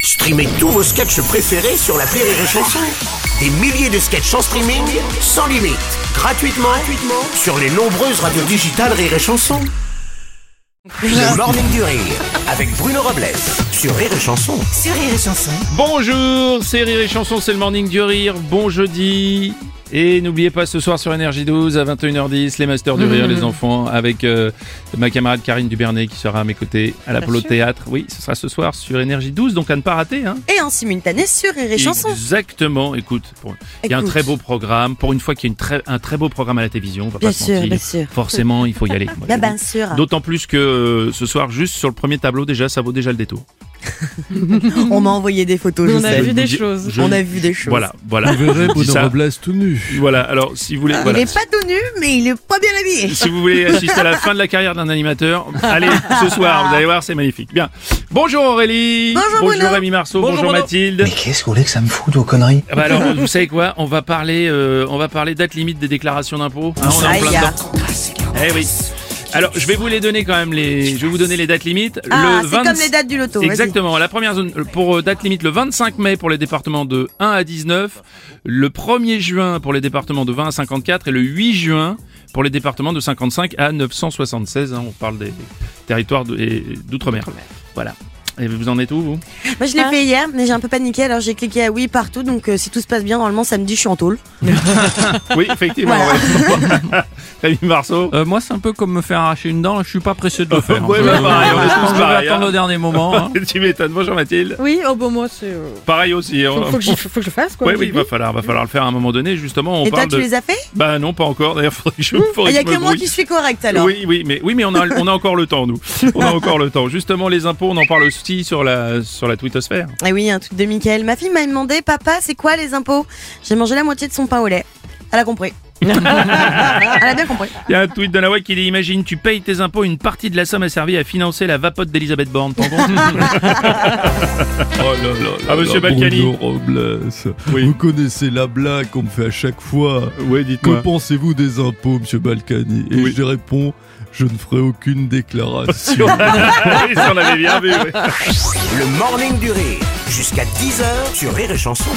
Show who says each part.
Speaker 1: Streamez tous vos sketchs préférés sur la Rire et Chanson. Des milliers de sketchs en streaming, sans limite, gratuitement, gratuitement sur les nombreuses radios digitales Rire et Chanson. Le Morning du Rire avec Bruno Robles sur Rire et Chanson.
Speaker 2: Bonjour, c'est Rire et Chanson, c'est le morning du rire. Bon jeudi. Et n'oubliez pas ce soir sur Énergie 12 à 21h10, les Masters du Rire,
Speaker 3: Mmh.
Speaker 2: les enfants, avec euh, ma camarade Karine Dubernay qui sera à mes côtés à l'Apollo Théâtre. Oui, ce sera ce soir sur Énergie 12, donc à ne pas rater. Hein.
Speaker 3: et en simultané sur Rire et Chanson.
Speaker 2: Exactement, écoute, pour- il y a un
Speaker 3: Écoute.
Speaker 2: très beau programme. Pour une fois qu'il y a une très, un très beau programme à la télévision, on va
Speaker 3: Bien
Speaker 2: pas se
Speaker 3: sûr,
Speaker 2: mentir.
Speaker 3: bien sûr.
Speaker 2: Forcément, il faut y aller. Moi,
Speaker 3: Là,
Speaker 2: je
Speaker 3: Bah, bien
Speaker 2: dis.
Speaker 3: sûr.
Speaker 2: D'autant plus que euh, ce soir, juste sur le premier tableau, déjà, ça vaut déjà le détour.
Speaker 3: On m'a envoyé des photos, je
Speaker 4: On a
Speaker 3: sais.
Speaker 4: vu des
Speaker 2: Je-
Speaker 4: choses.
Speaker 2: je-
Speaker 3: On a vu des choses.
Speaker 2: Voilà, voilà.
Speaker 5: Vous verrez
Speaker 2: Je dis
Speaker 5: Bruno
Speaker 2: ça.
Speaker 5: Robles tout nu.
Speaker 2: Voilà, alors si vous voulez.
Speaker 3: Il
Speaker 2: voilà.
Speaker 3: est pas tout nu, mais il est pas bien habillé.
Speaker 2: Si vous voulez assister à la fin de la carrière d'un animateur, allez ce soir, vous allez voir, c'est magnifique. Bien. Bonjour Aurélie.
Speaker 3: Ah. Bonjour Bruno.
Speaker 2: Rémi Marceau. Bonjour, Mathilde.
Speaker 6: Mais qu'est-ce que vous voulez que ça me foute vos conneries
Speaker 2: Ah bah alors, vous savez quoi On va parler, euh, on va parler date limite des déclarations d'impôts. Hein, on est en plein
Speaker 3: Aïe, ah.
Speaker 2: dedans. Eh oui. Alors, je vais vous les donner quand même les. Je vais vous donner les dates limites.
Speaker 3: Ah,
Speaker 2: le
Speaker 3: c'est
Speaker 2: 20
Speaker 3: comme les dates du loto. vas-y.
Speaker 2: Exactement. La première zone euh, pour euh, date limite le 25 mai pour les départements de 1 à 19, le 1er juin pour les départements de 20 à 54 et le 8 juin pour les départements de 55 à 976. hein. on parle des, des territoires de- et- d'outre-mer. Voilà. Et vous en êtes où vous
Speaker 3: Moi, je l'ai fait hier, mais j'ai un peu paniqué, alors j'ai cliqué à oui partout. Donc, euh, si tout se passe bien, normalement, samedi, je suis en tôle.
Speaker 2: Oui, effectivement.
Speaker 3: Voilà.
Speaker 2: ouais. Rémi Marceau.
Speaker 5: Euh, moi, c'est un peu comme me faire arracher une dent. Je suis pas pressé de le
Speaker 2: faire.
Speaker 5: faire.
Speaker 2: Ouais, bah, pareil, on est tous
Speaker 5: je vais
Speaker 2: pareil,
Speaker 5: attendre
Speaker 2: hein.
Speaker 5: le dernier moment. hein.
Speaker 2: tu m'étonnes. Bonjour Mathilde.
Speaker 4: Oui, oh bon, moi, c'est. euh,
Speaker 2: Pareil aussi. hein.
Speaker 4: Faut, faut que j'y- faut que je le fasse, quoi.
Speaker 2: Ouais,
Speaker 4: je
Speaker 2: oui, bah, il
Speaker 4: le
Speaker 2: va
Speaker 4: dis.
Speaker 2: falloir, va falloir le faire à un moment donné. Justement, on
Speaker 3: et toi,
Speaker 2: parle
Speaker 3: tu
Speaker 2: de.
Speaker 3: les as fait
Speaker 2: Bah non, pas encore. D'ailleurs, faudrait que je.
Speaker 3: Il
Speaker 2: faudrait
Speaker 3: y a
Speaker 2: que je
Speaker 3: que
Speaker 2: me
Speaker 3: moi
Speaker 2: brouille.
Speaker 3: qui suis correcte alors.
Speaker 2: Oui, oui, mais oui, mais on a, on a encore le temps, nous. On a encore le temps. Justement, les impôts, on en parle aussi sur la sur la twittosphère.
Speaker 3: Et Eh oui, un truc de Michael. Ma fille m'a demandé, papa, c'est quoi les impôts J'ai mangé la moitié de son pain au lait. Elle a compris. Elle a bien compris.
Speaker 2: Il y a un tweet de la qui dit imagine, tu payes tes impôts, une partie de la somme a servi à financer la vapote d'Elisabeth Borne. T'en comptes Ah, monsieur Balkany.
Speaker 5: Bruno Robles,
Speaker 2: Oui.
Speaker 5: vous connaissez la blague qu'on me fait à chaque fois.
Speaker 2: Oui,
Speaker 5: Que pensez-vous des impôts, monsieur Balkany Et
Speaker 2: Oui.
Speaker 5: je réponds, je ne ferai aucune déclaration.
Speaker 2: oui, ça, on avait bien vu. oui.
Speaker 1: Le Morning du Rire jusqu'à 10h sur Rire et Chanson.